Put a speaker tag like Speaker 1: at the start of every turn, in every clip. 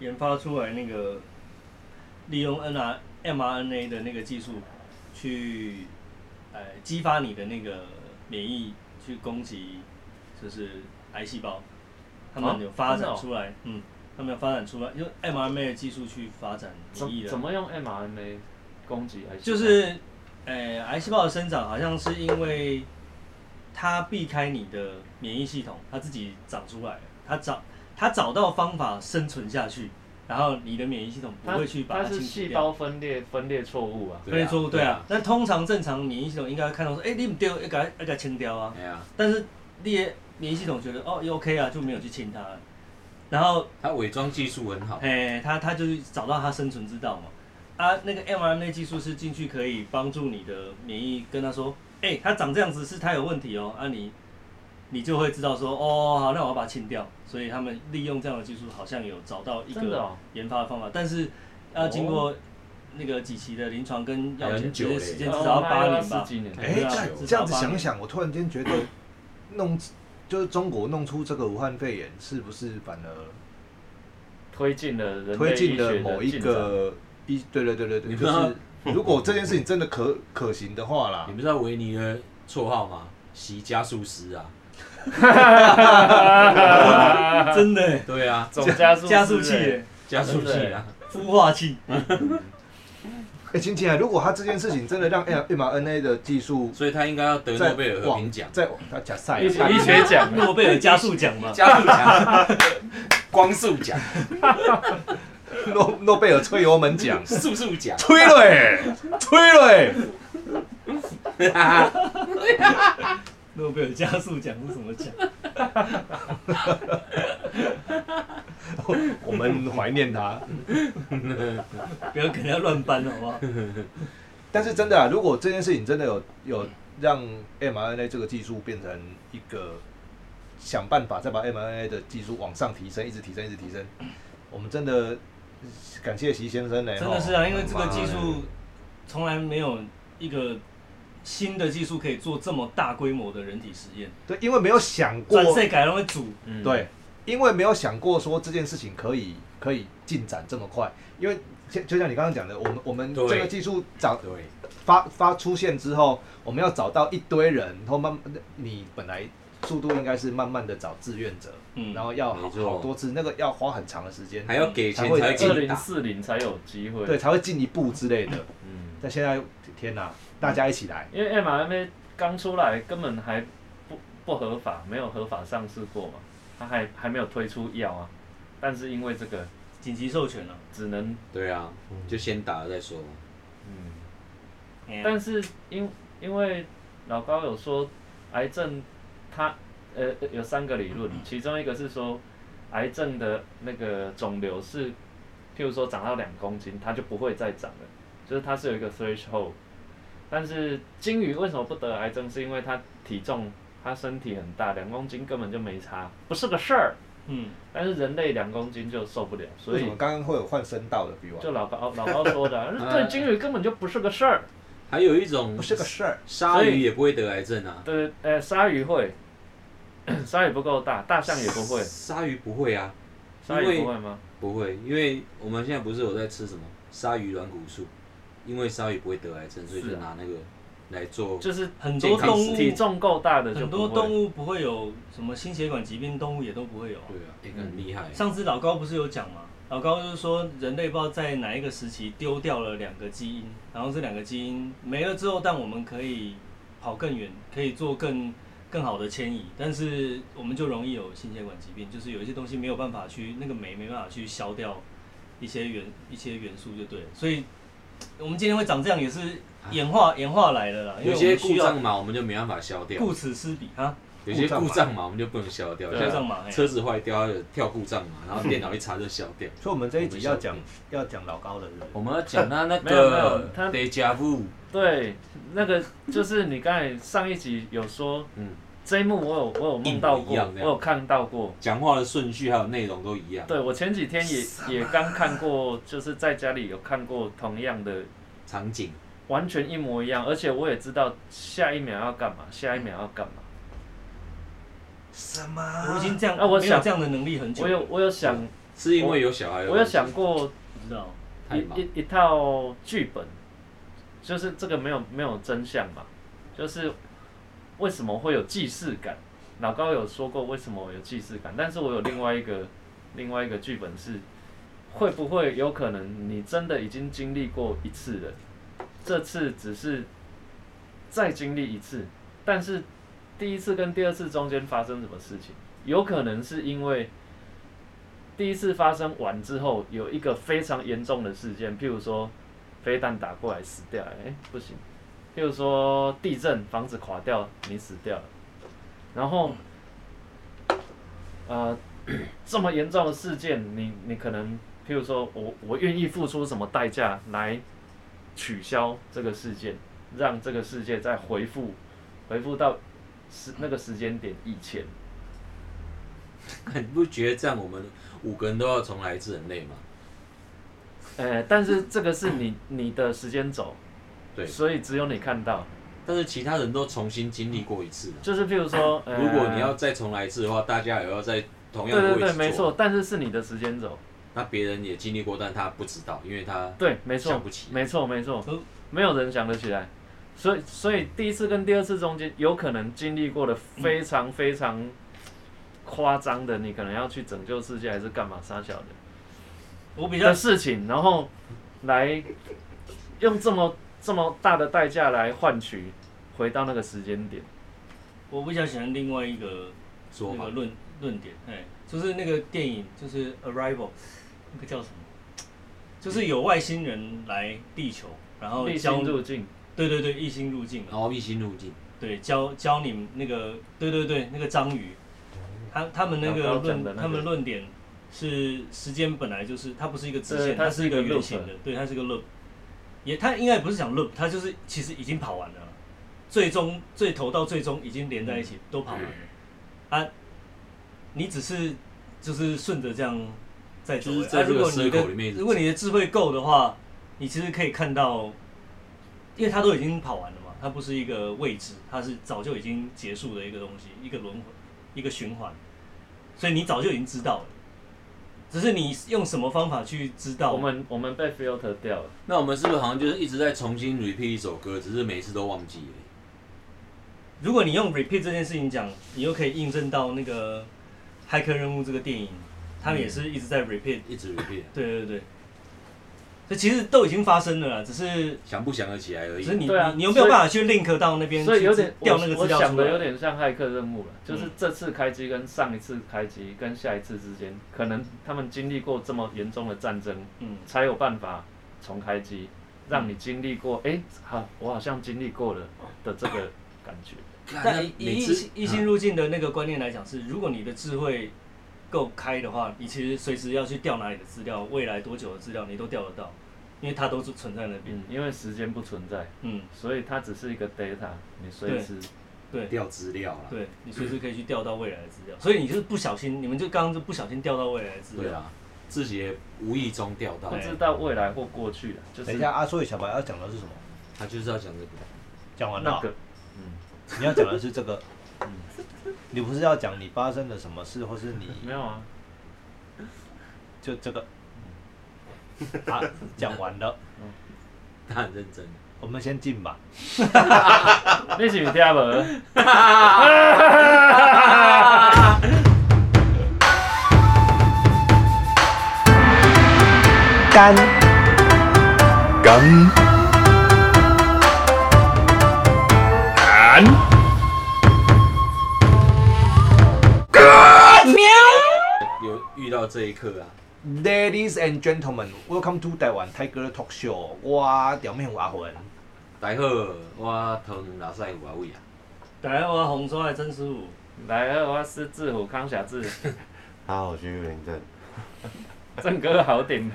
Speaker 1: 研发出来那个利用 N R mRNA 的那个技术去呃激发你的那个免疫去攻击，就是癌细胞。他
Speaker 2: 哦
Speaker 1: 们有发
Speaker 2: 真的
Speaker 1: 展
Speaker 2: 哦
Speaker 1: 出来，嗯，他们有发展出来，用 mRNA 的技术去发展免疫
Speaker 2: 怎
Speaker 1: 的
Speaker 2: 怎么用 mRNA 攻击癌细胞？
Speaker 1: 就是，呃，癌细胞的生长好像是因为它避开你的免疫系统，它自己长出来了，它找它找到方法生存下去，然后你的免疫系统不
Speaker 2: 它
Speaker 1: 会去把
Speaker 2: 它
Speaker 1: 清
Speaker 2: 是
Speaker 1: 除
Speaker 2: 细
Speaker 1: 掉。
Speaker 2: 胞分裂分裂错误啊。
Speaker 1: 所以说对啊，，但通常正常免疫系统应该看到说，哎、你不对，要给它要给它清掉啊。
Speaker 3: 哎呀，
Speaker 1: 但是你的免疫系统觉得哦也 OK 啊，就没有去清它了。然后
Speaker 3: 他伪装技术很好，
Speaker 1: 哎，他他就是找到他生存之道嘛。啊，那个 mRNA 技术是进去可以帮助你的免疫，跟他说，哎、他长这样子是他有问题哦，啊你，你就会知道说，哦，好，那我要把它清掉。所以他们利用这样的技术，好像有找到一
Speaker 2: 真的
Speaker 1: 个
Speaker 2: 哦，
Speaker 1: 研发的方法，但是要经过那个几期的临床跟药
Speaker 3: 还
Speaker 1: 检
Speaker 3: 很久
Speaker 1: 这些时
Speaker 2: 哦
Speaker 3: 嘞
Speaker 1: 间，至少要八年
Speaker 2: 十
Speaker 1: 吧。
Speaker 2: 几年。
Speaker 3: 哎
Speaker 4: 哎、
Speaker 1: 对啊
Speaker 4: 这
Speaker 1: 至
Speaker 4: 这
Speaker 1: 少
Speaker 4: 样子
Speaker 1: 八
Speaker 4: 想
Speaker 1: 年
Speaker 4: 想，我突然间觉得弄就是中国弄出这个武汉肺炎，是不是反而
Speaker 2: 推进了人类
Speaker 4: 推进
Speaker 2: 医学
Speaker 4: 了
Speaker 2: 的
Speaker 4: 某一
Speaker 2: 进展
Speaker 4: 个一？对对对对
Speaker 3: 你
Speaker 4: 对，
Speaker 3: 不
Speaker 4: 就
Speaker 3: 知道
Speaker 4: 是 如果这件事情真的可可行的话啦
Speaker 3: 你，不知道维尼的绰号吗？习加速师啊，
Speaker 1: 真的耶
Speaker 3: 对 啊，
Speaker 2: 总加速
Speaker 1: 加速器
Speaker 2: 师欸
Speaker 1: 耶，
Speaker 3: 加速器啊，
Speaker 1: 孵化器，
Speaker 4: 哎，亲戚啊，如果他这件事情真的让 M R N A 的技术
Speaker 3: 所以他应该要得诺贝尔和平奖，
Speaker 4: 在他假赛
Speaker 2: 医医学 奖啊，
Speaker 1: 诺贝尔加速 奖嘛。
Speaker 3: 加速奖、 光速奖、，
Speaker 4: 诺诺贝尔吹油门奖
Speaker 3: 速速奖，
Speaker 4: 吹了欸，吹了欸，
Speaker 1: 诺贝尔加速奖是什么奖？
Speaker 4: 我们怀念他。
Speaker 1: 不要给人家乱搬好不好？
Speaker 4: 但是真的啊，如果这件事情真的有有让 mRNA 这个技术变成一个想办法再把 mRNA 的技术往上提升，一直提升，一直提升，我们真的感谢习先生呢、
Speaker 1: 真的是啊，因为这个技术从来没有一个新的技术可以做这么大规模的人体实验，
Speaker 4: 对，因为没有想过
Speaker 1: 转世改容会组，
Speaker 2: 嗯，
Speaker 4: 对，因为没有想过说这件事情可以可以进展这么快，因为就就像你刚刚讲的，我们我们
Speaker 3: 对
Speaker 4: 这个技术长
Speaker 3: 对，
Speaker 4: 发发出现之后，我们要找到一堆人，然后慢慢你本来速度应该是慢慢的找志愿者，
Speaker 1: 嗯
Speaker 4: 然后要好
Speaker 3: 没错
Speaker 4: 好多次，那个要花很长的时间，
Speaker 3: 还要给钱才
Speaker 2: 二
Speaker 3: 进
Speaker 2: 零
Speaker 3: 打，
Speaker 2: 四零才有机会。
Speaker 4: 对，才会进一步之类的。
Speaker 2: 嗯，
Speaker 4: 但现在天哪，大家一起来，
Speaker 2: 因为 mRNA 刚出来，根本还不不合法，没有合法上市过嘛，它还还没有推出药啊。但是因为这个，
Speaker 1: 紧急授权了、
Speaker 2: 只能
Speaker 3: 对啊，就先打了再说嘛。
Speaker 2: 嗯，
Speaker 1: 哎呀
Speaker 2: 但是因因为老高有说，癌症它呃有三个理论，
Speaker 4: 嗯
Speaker 2: 其中一个是说，癌症的那个肿瘤是，譬如说长到两公斤，它就不会再长了，就是它是有一个 threshold。但是金鱼为什么不得癌症？是因为它体重，它身体很大，两公斤根本就没差，不是个事儿。
Speaker 1: 嗯，
Speaker 2: 但是人类两公斤就受不了，所
Speaker 4: 为什
Speaker 2: 以
Speaker 4: 么刚刚会有换声道的比我？
Speaker 2: 就老高老高说 的啊，
Speaker 3: 嗯
Speaker 2: 对金鱼根本就不是个事儿。
Speaker 3: 还有一种
Speaker 4: 不是个事儿，
Speaker 3: 鲨鱼也不会得癌症啊，
Speaker 2: 对，呃，鲨鱼会，鲨鱼不够大，大象也不会，
Speaker 3: 鲨鱼不会啊，
Speaker 2: 鲨鱼不会吗？
Speaker 3: 不会，因为我们现在不是有在吃什么鲨鱼软骨素，因为鲨鱼不会得癌症，所以
Speaker 2: 是啊
Speaker 3: 就拿那个来做。
Speaker 2: 就是
Speaker 1: 很
Speaker 3: 健
Speaker 1: 多
Speaker 3: 康
Speaker 1: 动物
Speaker 2: 体重够大的就
Speaker 1: 很
Speaker 2: 不
Speaker 1: 多动
Speaker 2: 会。
Speaker 1: 物不会有什么心血管疾病，动物也都不会有啊、
Speaker 3: 对啊，哎、很厉害。
Speaker 1: 上次老高不是有讲吗？老高就是说，人类不知道在哪一个时期丢掉了两个基因，然后这两个基因没了之后，但我们可以跑更远，可以做更更好的迁移，但是我们就容易有心血管疾病，就是有一些东西没有办法去那个酶没办法去消掉一些元一些元素就对了，所以我们今天会长这样也是演化、演化来的啦，因为
Speaker 3: 有
Speaker 1: 我们
Speaker 3: 些
Speaker 1: 需
Speaker 3: 故
Speaker 1: 要
Speaker 3: 障嘛，我们就没办法消掉；
Speaker 1: 顾此失彼哈，
Speaker 3: 有些
Speaker 4: 故障
Speaker 3: 故
Speaker 4: 嘛
Speaker 3: 障嘛，我们就不能消掉。
Speaker 2: 对
Speaker 3: 像
Speaker 1: 故障嘛哎
Speaker 3: 啊车子坏掉它就跳故障嘛，然后电脑一查就消掉。
Speaker 4: 所以我们这一集要讲
Speaker 3: 我们
Speaker 4: 要讲老高的是不是
Speaker 3: 我们要讲到那
Speaker 2: 没有没有
Speaker 3: 个
Speaker 2: 它
Speaker 3: deja vu，
Speaker 2: 对，那个就是你刚才上一集有说，
Speaker 3: 嗯，
Speaker 2: 这一幕我有我有梦到
Speaker 3: 一模一
Speaker 2: 过，
Speaker 3: 样
Speaker 2: 我
Speaker 3: 这样
Speaker 2: 有看到过。
Speaker 3: 讲话的顺序还有内容都一样，
Speaker 2: 对，我前几天也也刚看过，就是在家里有看过同样的，
Speaker 3: 场景
Speaker 2: 完全一模一样，而且我也知道下一秒要干嘛，下一秒要干嘛。
Speaker 4: 什么
Speaker 1: 我已经这样，
Speaker 2: 啊我
Speaker 1: 没有
Speaker 2: 想
Speaker 1: 这样的能力很久
Speaker 2: 我
Speaker 1: 了，
Speaker 2: 有我有想
Speaker 3: 是因为有小孩的
Speaker 2: 我有
Speaker 3: 关系
Speaker 2: 想过
Speaker 1: 不知道。
Speaker 3: 太
Speaker 2: 一
Speaker 3: 忙
Speaker 2: 一一套剧本，就是这个没有没有真相嘛，就是为什么会有既视感？老高有说过为什么有既视感，但是我有另外一个另外一个剧本是，会不会有可能你真的已经经历过一次了，这次只是再经历一次，但是第一次跟第二次中间发生什么事情，有可能是因为第一次发生完之后，有一个非常严重的事件，譬如说飞弹打过来死掉了，哎、不行；譬如说地震，房子垮掉，你死掉了。然后，呃，这么严重的事件，你你可能，譬如说我我愿意付出什么代价来取消这个事件，让这个世界再回复回复到时那个时间点以前。
Speaker 3: 你不觉得这样我们五个人都要重来一次很累吗？
Speaker 2: 呃，但是这个是你你的时间轴，
Speaker 3: 对
Speaker 2: 所以只有你看到，
Speaker 3: 但是其他人都重新经历过一次啊、
Speaker 2: 就是譬如说，呃、
Speaker 3: 如果你要再重来一次的话，大家也要再同
Speaker 2: 对
Speaker 3: 样的
Speaker 2: 对
Speaker 3: 位置
Speaker 2: 对，
Speaker 3: 坐
Speaker 2: 没错，。但是是你的时间轴，
Speaker 3: 那别人也经历过，但他不知道，因为他
Speaker 2: 对，没错
Speaker 3: 想不，起
Speaker 2: 没错，没错
Speaker 1: 嗯，
Speaker 2: 没有人想得起来，所以所以第一次跟第二次中间有可能经历过的非常非常夸张的，你可能要去拯救世界还是干嘛傻小的，
Speaker 1: 我比较
Speaker 2: 的事情，然后来用这么这么大的代价来换取回到那个时间点。
Speaker 1: 我比较喜欢另外一个
Speaker 3: 说
Speaker 1: 那
Speaker 3: 法
Speaker 1: 个。论论点，哎、就是那个电影，就是《Arrival》，那个叫什么？就是有外星人来地球，然后
Speaker 2: 立
Speaker 1: 教
Speaker 2: 心，入境，
Speaker 1: 对对对，异星入境了，
Speaker 3: 然后一心入境，
Speaker 1: 对，教教你们那个，对对对，那个章鱼，他他们那
Speaker 2: 老
Speaker 1: 个
Speaker 2: 高讲
Speaker 1: 论，
Speaker 2: 的那个
Speaker 1: 他们论点是时间本来就是它不是一个直
Speaker 2: 对
Speaker 1: 线，
Speaker 2: 它
Speaker 1: 它
Speaker 2: 是
Speaker 1: 是一个
Speaker 2: 一个
Speaker 1: 圆
Speaker 2: loop
Speaker 1: 形的，对，它是个 loop，也它应该也不是讲 loop，它就是其实已经跑完了，最终最头到最终已经连在一起，都跑完了。啊，你只是就是顺着这样在走而已，
Speaker 3: 就是在
Speaker 1: 啊
Speaker 3: 这
Speaker 1: 如
Speaker 3: 个
Speaker 1: 果你
Speaker 3: circle 里面
Speaker 1: 的
Speaker 3: 一直
Speaker 1: 如果你的智慧够的话，你其实可以看到，因为它都已经跑完了嘛，它不是一个位置，它是早就已经结束的一个东西，一个轮回，一个循环，所以你早就已经知道了，只是你用什么方法去知道。
Speaker 2: 我们我们被 filter 掉了。
Speaker 3: 那我们是不是好像就是一直在重新 repeat 一首歌，只是每次都忘记了？
Speaker 1: 如果你用 repeat 这件事情讲，你又可以印证到那个《骇客任务》这个电影，他们也
Speaker 3: 嗯
Speaker 1: 是一直在 repeat
Speaker 3: 一直 repeat，啊
Speaker 1: 对对对，这其实都已经发生了啦，只是
Speaker 3: 想不想得起来而
Speaker 1: 只
Speaker 3: 已
Speaker 1: 是。你、
Speaker 2: 对啊
Speaker 1: 你你有没有办法去 link 到那边，
Speaker 2: 所以有点
Speaker 1: 去
Speaker 2: 我
Speaker 1: 调那个资
Speaker 2: 我
Speaker 1: 料
Speaker 2: 想
Speaker 1: 出
Speaker 2: 的有
Speaker 1: 来？嗯
Speaker 2: 点像骇客任务了，就是这次开机跟上一次开机跟下一次之间，可能他们经历过这么严重的战争，
Speaker 1: 嗯，
Speaker 2: 才有办法重开机，让你经历过，哎、好，我好像经历过了的这个感 觉。
Speaker 3: 看那
Speaker 1: 但以
Speaker 3: 每
Speaker 1: 以
Speaker 3: 次嗯啊
Speaker 1: 一一心入境的那个观念来讲，是如果你的智慧够开的话，你其实随时要去调哪里的资料，未来多久的资料你都调得到，因为它都是存在那边。
Speaker 2: 嗯，因为时间不存在，
Speaker 1: 嗯，
Speaker 2: 所以它只是一个 data，你随时
Speaker 1: 对
Speaker 3: 调资料啦。
Speaker 1: 对，你随时可以去调到未来的资料，所以你就是不小心，你们就刚刚就不小心调到未来的资
Speaker 3: 对
Speaker 1: 料。
Speaker 3: 啊，自己也无意中调到
Speaker 2: 不
Speaker 1: 对，
Speaker 2: 知道未来或过去的，啊就是
Speaker 4: 等一下，阿所以小白要讲的是什么？
Speaker 3: 他就是要讲这个。
Speaker 4: 讲完
Speaker 2: 那
Speaker 4: 了，
Speaker 2: 个
Speaker 1: 哦
Speaker 4: 你要讲的是这个。嗯你不是要讲你发生了什么事，或是你
Speaker 2: 没有啊，
Speaker 4: 就这个？啊，讲完了，
Speaker 3: 他很认真，
Speaker 4: 我们先进吧。
Speaker 2: 你是有听啊无？
Speaker 4: 干
Speaker 5: 干干
Speaker 3: 有遇到这一刻啊，
Speaker 4: ，Ladies and gentlemen, welcome to 台湾 Tiger Talk Show。我表面有阿魂，
Speaker 3: 大家好，我汤拉塞有阿伟啊，
Speaker 1: 打来我红烧的真师傅，
Speaker 2: 来二我是志虎康小志，
Speaker 6: 大家好，我是岳明正。
Speaker 2: 正哥好点呢，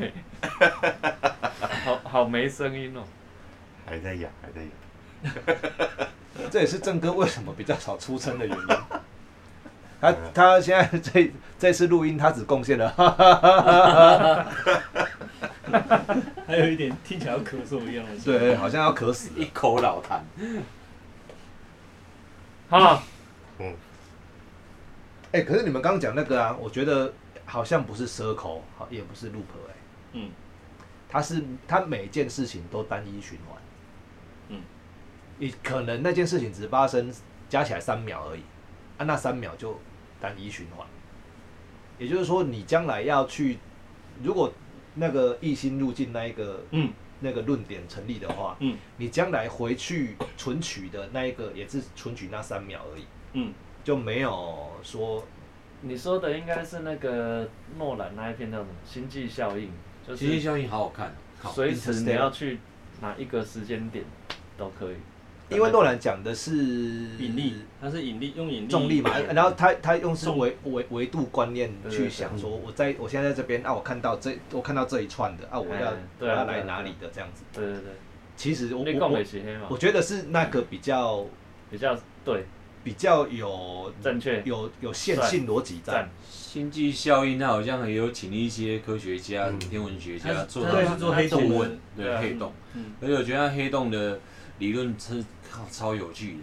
Speaker 2: 好好没声音哦。
Speaker 6: 还在养，还在养。
Speaker 4: 这也是正哥为什么比较少出声的原因。 他他现在这这次录音，他只贡献了哈哈哈哈哈
Speaker 1: 还有一点听起来要咳嗽一样的。
Speaker 4: 对， 好像要渴死
Speaker 3: 一
Speaker 4: 了。
Speaker 3: 口老痰。
Speaker 2: 好，
Speaker 4: 哎、可是你们刚刚讲那个啊，我觉得好像不是 circle，好也不是 loop，哎、
Speaker 1: 嗯
Speaker 4: 它是它每件事情都单一循环，
Speaker 1: 嗯，
Speaker 4: 你可能那件事情只发生加起来三秒而已，啊，那三秒就单一循环。也就是说，你将来要去，如果那个异星入境那一个
Speaker 1: 嗯
Speaker 4: 那个论点成立的话，
Speaker 1: 嗯
Speaker 4: 你将来回去存取的那一个也是存取那三秒而已，
Speaker 1: 嗯，
Speaker 4: 就没有说
Speaker 2: 你说的应该是那个诺兰那一片叫什么《星际效应》，就
Speaker 3: 星际
Speaker 2: 是
Speaker 3: 效应好好看哦，靠，
Speaker 2: 随时你
Speaker 4: Interstellar
Speaker 2: 要去哪一个时间点都可以。
Speaker 4: 因为诺兰讲的是引
Speaker 1: 引力，它是引力，用引力
Speaker 4: 重力嘛，哎然后他他用是
Speaker 1: 重
Speaker 4: 维维维度观念
Speaker 2: 对对
Speaker 4: 去
Speaker 2: 对嗯
Speaker 4: 想说，我在我现在在这边啊，我看到这我看到这一串的啊，我要
Speaker 2: 哎
Speaker 4: 我
Speaker 2: 对啊对
Speaker 4: 要
Speaker 2: 啊
Speaker 4: 来
Speaker 2: 对啊
Speaker 4: 哪里的这样子。
Speaker 2: 对对对，
Speaker 4: 其实我
Speaker 2: 你讲
Speaker 4: 我
Speaker 2: 的
Speaker 4: 我
Speaker 2: 是黑嘛
Speaker 4: 我，觉得是那个比较
Speaker 2: 比较对
Speaker 4: 比较有
Speaker 2: 正确
Speaker 4: 有有线性逻辑在
Speaker 2: 赞。。
Speaker 3: 星际效应它好像也有请一些科学家、
Speaker 6: 嗯
Speaker 3: 天文学
Speaker 1: 它
Speaker 3: 家
Speaker 1: 是
Speaker 3: 做
Speaker 1: 它
Speaker 3: 到
Speaker 1: 是做黑洞
Speaker 3: 洞
Speaker 1: 的
Speaker 3: 问，对
Speaker 2: 对啊
Speaker 3: 黑洞。
Speaker 1: 嗯
Speaker 3: 而且我觉得它黑洞的理论是靠超有趣的，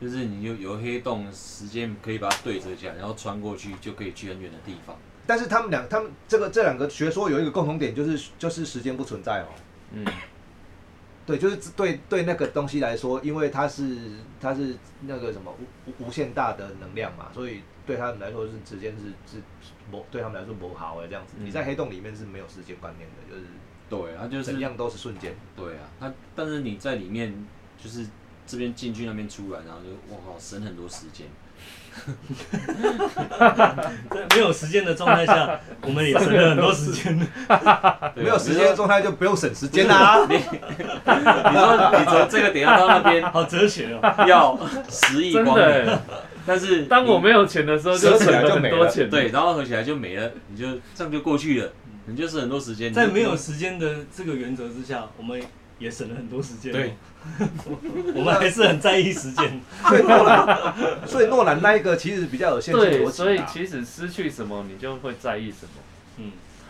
Speaker 3: 就是你有有黑洞，时间可以把它对折起来，然后穿过去就可以去很远的地方。
Speaker 4: 但是他们两他们这个这两个学说有一个共同点，就是就是时间不存在哦。
Speaker 2: 嗯，
Speaker 4: 对，就是对对那个东西来说，因为它是它是那个什么无无无限大的能量嘛，所以对他们来说是时间是是不对他们来说不好哎这样子。
Speaker 2: 嗯
Speaker 4: 你在黑洞里面是没有时间观念的，就是
Speaker 3: 对，它就是
Speaker 4: 怎样都是瞬间。
Speaker 3: 对啊，它但是你在里面就是这边进去那边出来，然后就哇靠，省很多时间。
Speaker 1: 在没有时间的状态下，我们也省了很多时间。
Speaker 3: 对啊
Speaker 4: 没有时间的状态就不用省时间
Speaker 2: 啊
Speaker 4: 啦、
Speaker 3: 你说你从这个点要到那边
Speaker 1: 好哲学 哦，
Speaker 3: 要十亿
Speaker 2: 真
Speaker 3: 光
Speaker 2: 的
Speaker 3: 年，
Speaker 2: 耶。
Speaker 3: 但是
Speaker 2: 当我
Speaker 3: 你
Speaker 2: 没有钱的时候，
Speaker 4: 折
Speaker 2: 就
Speaker 4: 起来
Speaker 2: 省了
Speaker 4: 就
Speaker 2: 很
Speaker 4: 没了
Speaker 2: 多钱。
Speaker 3: 对，，然后合起来就没了，你就这样就过去了，你就是很多时间。你就
Speaker 1: 在没有时间的这个原则之下，我们也省了很多时间。哦
Speaker 3: 对，
Speaker 1: 我们还是很在意时间。
Speaker 4: 所以诺兰，所以诺兰那一个其实比较有限制
Speaker 2: 对，
Speaker 4: 逻辑
Speaker 2: 所以
Speaker 4: 啦。
Speaker 2: 其实失去什么，你就会在意什么。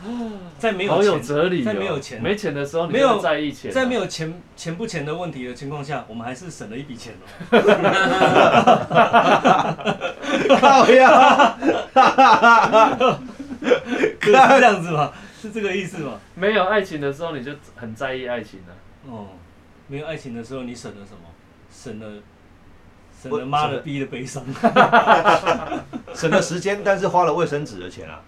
Speaker 1: 嗯，在没有
Speaker 2: 好有
Speaker 1: 钱、
Speaker 2: 哲理、哦。
Speaker 1: 在没有钱
Speaker 2: 没钱的时候，你
Speaker 1: 没有
Speaker 2: 就在意钱、啊
Speaker 1: 在没有钱钱不钱的问题的情况下，我们还是省了一笔钱哦。
Speaker 4: 靠呀，
Speaker 1: 是这样子吗？是这个意思吗？
Speaker 2: 没有爱情的时候，你就很在意爱情了、啊
Speaker 1: 哦，没有爱情的时候，你省了什么？省了。省
Speaker 4: 我
Speaker 1: 了妈
Speaker 4: 省
Speaker 1: 的
Speaker 4: 了
Speaker 1: 逼的悲伤，
Speaker 4: 省了时间，但是花了卫生纸的钱啊。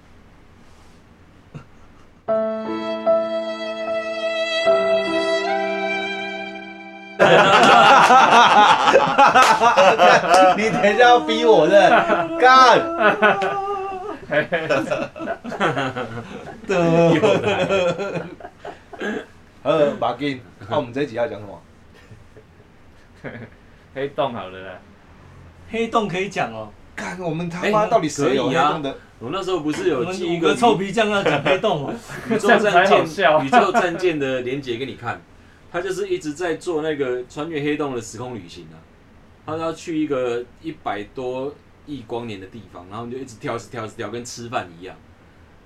Speaker 4: 你等一下要逼我的，干！ 呃，马金，那、我们这一集要讲什么？
Speaker 2: 黑洞好了啦，
Speaker 1: 黑洞可以讲哦。
Speaker 4: 看我们他
Speaker 3: 哎
Speaker 4: 妈到底谁有
Speaker 3: 可以
Speaker 4: 黑
Speaker 3: 啊
Speaker 4: 洞的？
Speaker 3: 我那时候不是
Speaker 1: 我
Speaker 3: 有
Speaker 1: 们
Speaker 3: 寄一
Speaker 1: 五
Speaker 3: 个
Speaker 1: 个臭皮匠要讲黑洞 哦。
Speaker 3: 宇宙战
Speaker 2: 这样才好
Speaker 3: 舰、
Speaker 2: 笑
Speaker 3: 宇宙战舰的连接给你看，他就是一直在做那个穿越黑洞的时空旅行啊，他要去一个一百多亿光年的地方，然后你就一直跳，一直跳，一直跳，跟吃饭一样。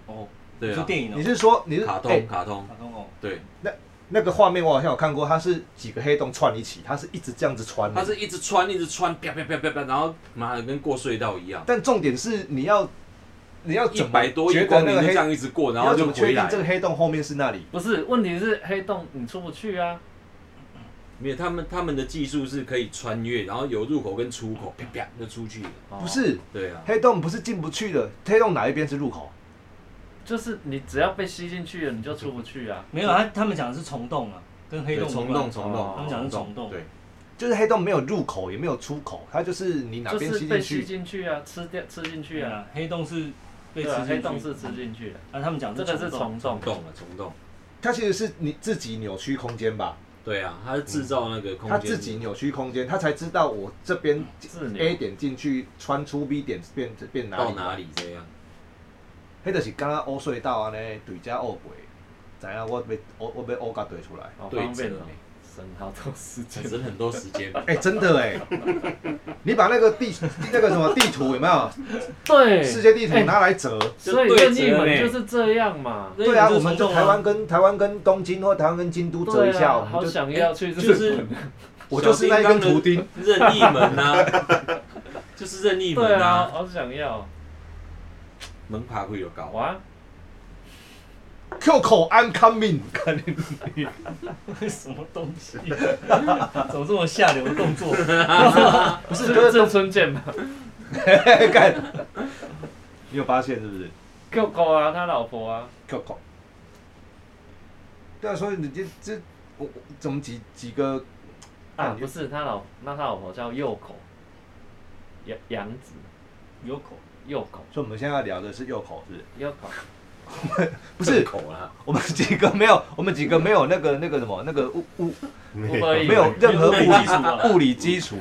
Speaker 1: 哦，
Speaker 3: 对
Speaker 1: 是
Speaker 3: 啊，
Speaker 1: 电影哦。
Speaker 4: 你是说你是
Speaker 3: 卡
Speaker 4: 哎
Speaker 3: 通，卡通
Speaker 1: 卡，通哦，
Speaker 3: 对，
Speaker 4: 那个画面我好像有看过，它是几个黑洞串一起，它是一直这样子
Speaker 1: 哎
Speaker 4: 穿的。
Speaker 3: 他是一直穿，一直穿，啪啪啪啪啪，然后妈的跟过隧道一样，
Speaker 4: 但重点是你要你要
Speaker 3: 一
Speaker 4: 怎么
Speaker 3: 百多亿
Speaker 4: 觉得
Speaker 3: 光
Speaker 4: 那
Speaker 3: 年
Speaker 4: 个
Speaker 3: 就
Speaker 4: 黑
Speaker 3: 这样一直过，然
Speaker 4: 你
Speaker 3: 后
Speaker 4: 要怎
Speaker 3: 就
Speaker 4: 么确
Speaker 3: 回
Speaker 4: 定
Speaker 3: 来
Speaker 4: 这。个黑洞后面是那里？
Speaker 2: 不是问题是黑洞你出不去啊，
Speaker 3: 没有，他们他们的技术是可以穿越，然后有入口跟出口，啪啪就出去了。
Speaker 2: 哦
Speaker 4: 不，是
Speaker 3: 对啊，
Speaker 4: 黑洞不是进不去的，黑洞哪一边是入口？
Speaker 2: 就是你只要被吸进去了，你就出不去啊。
Speaker 1: 没有他他们讲的是虫洞啊，跟黑洞
Speaker 3: 对
Speaker 1: 无关
Speaker 3: 虫洞，哦虫洞，
Speaker 1: 他们讲的是虫洞
Speaker 3: 对，
Speaker 4: 就是黑洞没有入口，也没有出口，它就是你哪边
Speaker 2: 就是
Speaker 4: 吸
Speaker 2: 被
Speaker 4: 进
Speaker 2: 吸
Speaker 4: 去。
Speaker 2: 进去啊，吃掉吃进去
Speaker 1: 对
Speaker 2: 啊，
Speaker 1: 啊，黑洞是被吃
Speaker 2: 对啊，
Speaker 1: 进去
Speaker 2: 黑洞是吃进去的，
Speaker 1: 啊，他们讲
Speaker 2: 这个是
Speaker 1: 虫
Speaker 2: 虫洞
Speaker 3: 虫，洞啊，虫洞。
Speaker 4: 它其实是你自己扭曲空间吧，
Speaker 3: 对啊，它是制造那个空间，
Speaker 4: 它嗯自己扭曲空间，它才知道我这边
Speaker 3: 嗯
Speaker 2: 自扭
Speaker 4: A 点进去，穿出 B 点变变哪
Speaker 3: 到
Speaker 4: 里？
Speaker 3: 哪？里这样。
Speaker 4: 黑就是刚刚欧隧道啊呢，对加欧轨，怎样我被我我被欧嘎怼出来。
Speaker 2: 好
Speaker 3: 对
Speaker 2: 方便
Speaker 3: 折
Speaker 2: 哦
Speaker 3: 欸，
Speaker 2: 省好多时间。
Speaker 3: 省很多时间，
Speaker 4: 哎、真的哎、你把那个地那个什么地图有没有
Speaker 2: 对，
Speaker 4: 世界地图
Speaker 2: 哎
Speaker 4: 拿来折？
Speaker 2: 所以
Speaker 3: 就对
Speaker 2: 任
Speaker 3: 折
Speaker 2: 意门
Speaker 3: 嘞
Speaker 2: 就是这样嘛。
Speaker 4: 对啊，
Speaker 1: 那
Speaker 4: 我
Speaker 1: 你
Speaker 4: 们
Speaker 1: 们
Speaker 4: 就
Speaker 1: 就
Speaker 4: 台湾跟台湾跟东京或台湾跟京都折一
Speaker 2: 对
Speaker 4: 下，
Speaker 2: 啊
Speaker 4: 我
Speaker 2: 好
Speaker 4: 们就
Speaker 2: 想要去日
Speaker 3: 就是
Speaker 2: 本。
Speaker 4: 我就是那一根图钉，
Speaker 3: 任意门呐、啊，就是任意
Speaker 2: 对
Speaker 3: 门
Speaker 2: 啊，
Speaker 3: 啊。
Speaker 2: 好想要。啊
Speaker 3: 门拍开就到。
Speaker 2: 哇，
Speaker 4: Q 口 I'm coming，看你
Speaker 1: 什么东西？ 怎么这么下流的动 作？
Speaker 2: 不是是郑春健吗？
Speaker 4: 干，你有发现是不是
Speaker 2: Q 狗啊，他老婆啊，
Speaker 4: ？Q 口。对啊，所以你这这我我怎么几几个
Speaker 2: 啊
Speaker 4: 感觉
Speaker 2: 不是他老，那他老婆叫右口，杨杨子
Speaker 1: 有口
Speaker 2: 右口
Speaker 4: 所以我们现在要聊的是右口，是
Speaker 2: 右口，
Speaker 4: 不是？不是，
Speaker 3: 口啦，
Speaker 4: 我们几个没有，我们几个没有那个那个什么那个物物
Speaker 6: 没
Speaker 2: 不可以
Speaker 4: 没有任何物
Speaker 1: 没有基础啊
Speaker 4: 理物理 基础，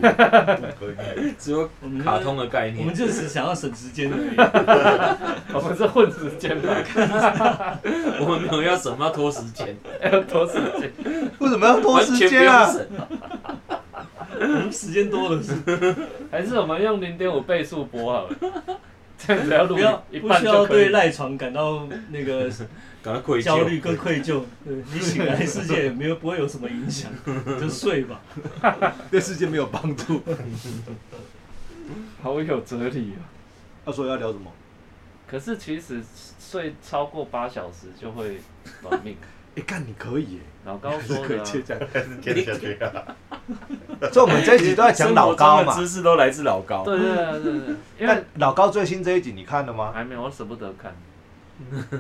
Speaker 3: 只有
Speaker 1: 我们就是
Speaker 3: 卡通的啊概
Speaker 1: 我们
Speaker 3: 念。
Speaker 1: 就只想要省时间 而已。
Speaker 2: 我们是混时间吧，
Speaker 3: 我们没有要什么要拖时间，
Speaker 2: 要拖时间。
Speaker 4: 为什么要拖
Speaker 3: 完
Speaker 4: 时
Speaker 3: 全不
Speaker 4: 间啊
Speaker 3: 用？省。
Speaker 1: 我们时间多了 是
Speaker 2: 还是我们用零点五倍速播好了，这样子要录
Speaker 1: 不要
Speaker 2: 一
Speaker 1: 不
Speaker 2: 半
Speaker 1: 需要
Speaker 2: 就可
Speaker 1: 对
Speaker 2: 以。
Speaker 1: 赖床感到那个
Speaker 3: 搞到愧疚，
Speaker 1: 焦虑跟愧疚。对你醒来世界也没有不会有什么影响，你就睡吧。
Speaker 4: 对世界没有帮助。
Speaker 2: 好有哲理啊！
Speaker 4: 他说要聊什么？
Speaker 2: 可是其实睡超过八小时就会短命，
Speaker 4: 哎，干你可以耶，
Speaker 2: 老高
Speaker 4: 还是
Speaker 2: 说
Speaker 4: 可以
Speaker 2: 的、啊。
Speaker 4: 接这样。
Speaker 6: 接下去啊，
Speaker 4: 所以我们这一集都在讲老
Speaker 3: 生
Speaker 4: 高
Speaker 3: 活
Speaker 4: 嘛
Speaker 3: 中的。知识都来自老高。
Speaker 2: 对对对对对，因
Speaker 4: 但
Speaker 2: 为
Speaker 4: 老高最新这一集你看了吗？
Speaker 2: 还没有，我舍不得看，